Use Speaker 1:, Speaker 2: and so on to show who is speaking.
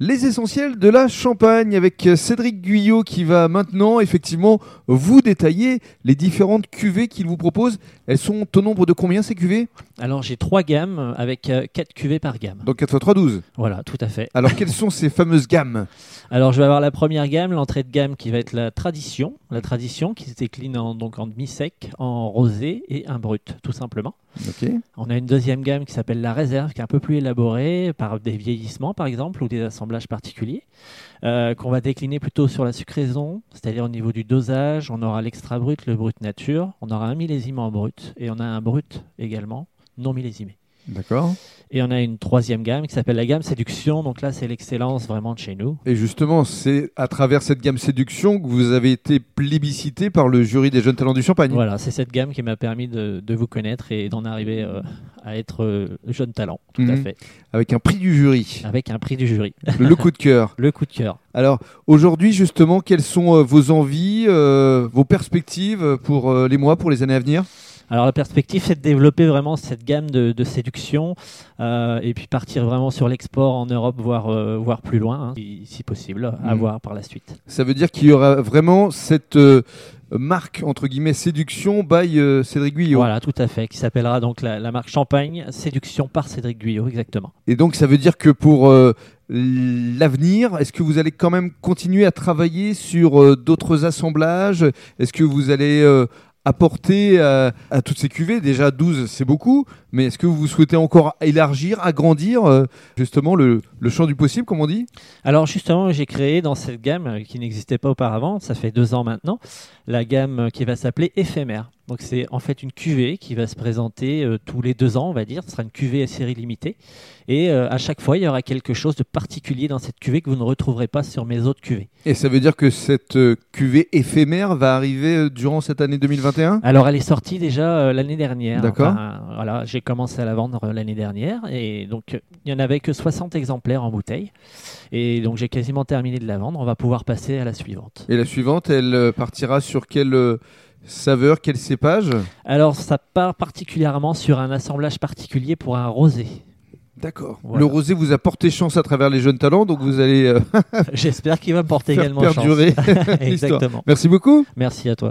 Speaker 1: Les essentiels de la Champagne avec Cédric Guyot qui va maintenant effectivement vous détailler les différentes cuvées qu'il vous propose. Elles sont au nombre de combien ces cuvées
Speaker 2: Alors j'ai trois gammes avec euh, quatre cuvées par gamme.
Speaker 1: Donc 4 x 3, 12.
Speaker 2: Voilà, tout à fait.
Speaker 1: Alors quelles sont ces fameuses gammes
Speaker 2: Alors je vais avoir la première gamme, l'entrée de gamme qui va être la tradition, la tradition qui se décline en, donc en demi-sec, en rosé et un brut, tout simplement.
Speaker 1: Ok.
Speaker 2: On a une deuxième gamme qui s'appelle la réserve, qui est un peu plus élaborée par des vieillissements par exemple ou des assemblages particuliers, euh, qu'on va décliner plutôt sur la sucraison, c'est-à-dire au niveau du dosage, on aura l'extra brut, le brut nature, on aura un millésime en brut et on a un brut également non millésimé.
Speaker 1: D'accord.
Speaker 2: Et on a une troisième gamme qui s'appelle la gamme séduction, donc là c'est l'excellence vraiment de chez nous.
Speaker 1: Et justement, c'est à travers cette gamme séduction que vous avez été plébiscité par le jury des jeunes talents du Champagne.
Speaker 2: Voilà, c'est cette gamme qui m'a permis de, de vous connaître et d'en arriver euh, à être euh, jeune talent, tout à
Speaker 1: Mhm.
Speaker 2: fait,
Speaker 1: Avec un prix du jury.
Speaker 2: avec un prix du jury.
Speaker 1: le coup de cœur.
Speaker 2: Le coup de cœur.
Speaker 1: Alors aujourd'hui justement, quelles sont euh, vos envies, euh, vos perspectives euh, pour euh, les mois, pour les années à venir
Speaker 2: Alors la perspective, c'est de développer vraiment cette gamme de, de séduction euh, et puis partir vraiment sur l'export en Europe, voire, euh, voire plus loin, hein, si, si possible, à
Speaker 1: Mhm.
Speaker 2: voir par la suite.
Speaker 1: Ça veut dire qu'il y aura vraiment cette euh, marque entre guillemets séduction by euh, Cédric Guyot.
Speaker 2: Voilà, tout à fait, qui s'appellera donc la, la marque Champagne, séduction par Cédric Guyot, exactement.
Speaker 1: Et donc ça veut dire que pour euh, l'avenir, est-ce que vous allez quand même continuer à travailler sur euh, d'autres assemblages Est-ce que vous allez euh, apporter euh, à toutes ces cuvées déjà 12 c'est beaucoup, mais est-ce que vous souhaitez encore élargir, agrandir euh, justement le, le champ du possible comme on dit
Speaker 2: Alors justement, j'ai créé dans cette gamme euh, qui n'existait pas auparavant, ça fait deux ans maintenant, la gamme euh, qui va s'appeler éphémère. Donc c'est en fait une cuvée qui va se présenter euh, tous les deux ans, on va dire. Ce sera une cuvée à série limitée. Et euh, à chaque fois, il y aura quelque chose de particulier dans cette cuvée que vous ne retrouverez pas sur mes autres cuvées.
Speaker 1: Et ça veut dire que cette euh, cuvée éphémère va arriver euh, durant cette année 2021
Speaker 2: Alors elle est sortie déjà euh, l'année dernière.
Speaker 1: D'accord.
Speaker 2: Enfin, voilà, j'ai commencé à la vendre euh, l'année dernière et donc euh, il n'y en avait que 60 exemplaires en bouteille. Et donc j'ai quasiment terminé de la vendre. On va pouvoir passer à la suivante.
Speaker 1: Et la suivante, elle euh, partira sur quelle euh, saveur, quel cépage
Speaker 2: Alors ça part particulièrement sur un assemblage particulier pour un rosé.
Speaker 1: D'accord.
Speaker 2: Voilà.
Speaker 1: Le rosé vous a porté chance à travers les jeunes talents, donc vous allez euh,
Speaker 2: J'espère qu'il va me porter
Speaker 1: faire
Speaker 2: également chance.
Speaker 1: perdurer. l'histoire.
Speaker 2: Exactement.
Speaker 1: Merci beaucoup.
Speaker 2: Merci à toi.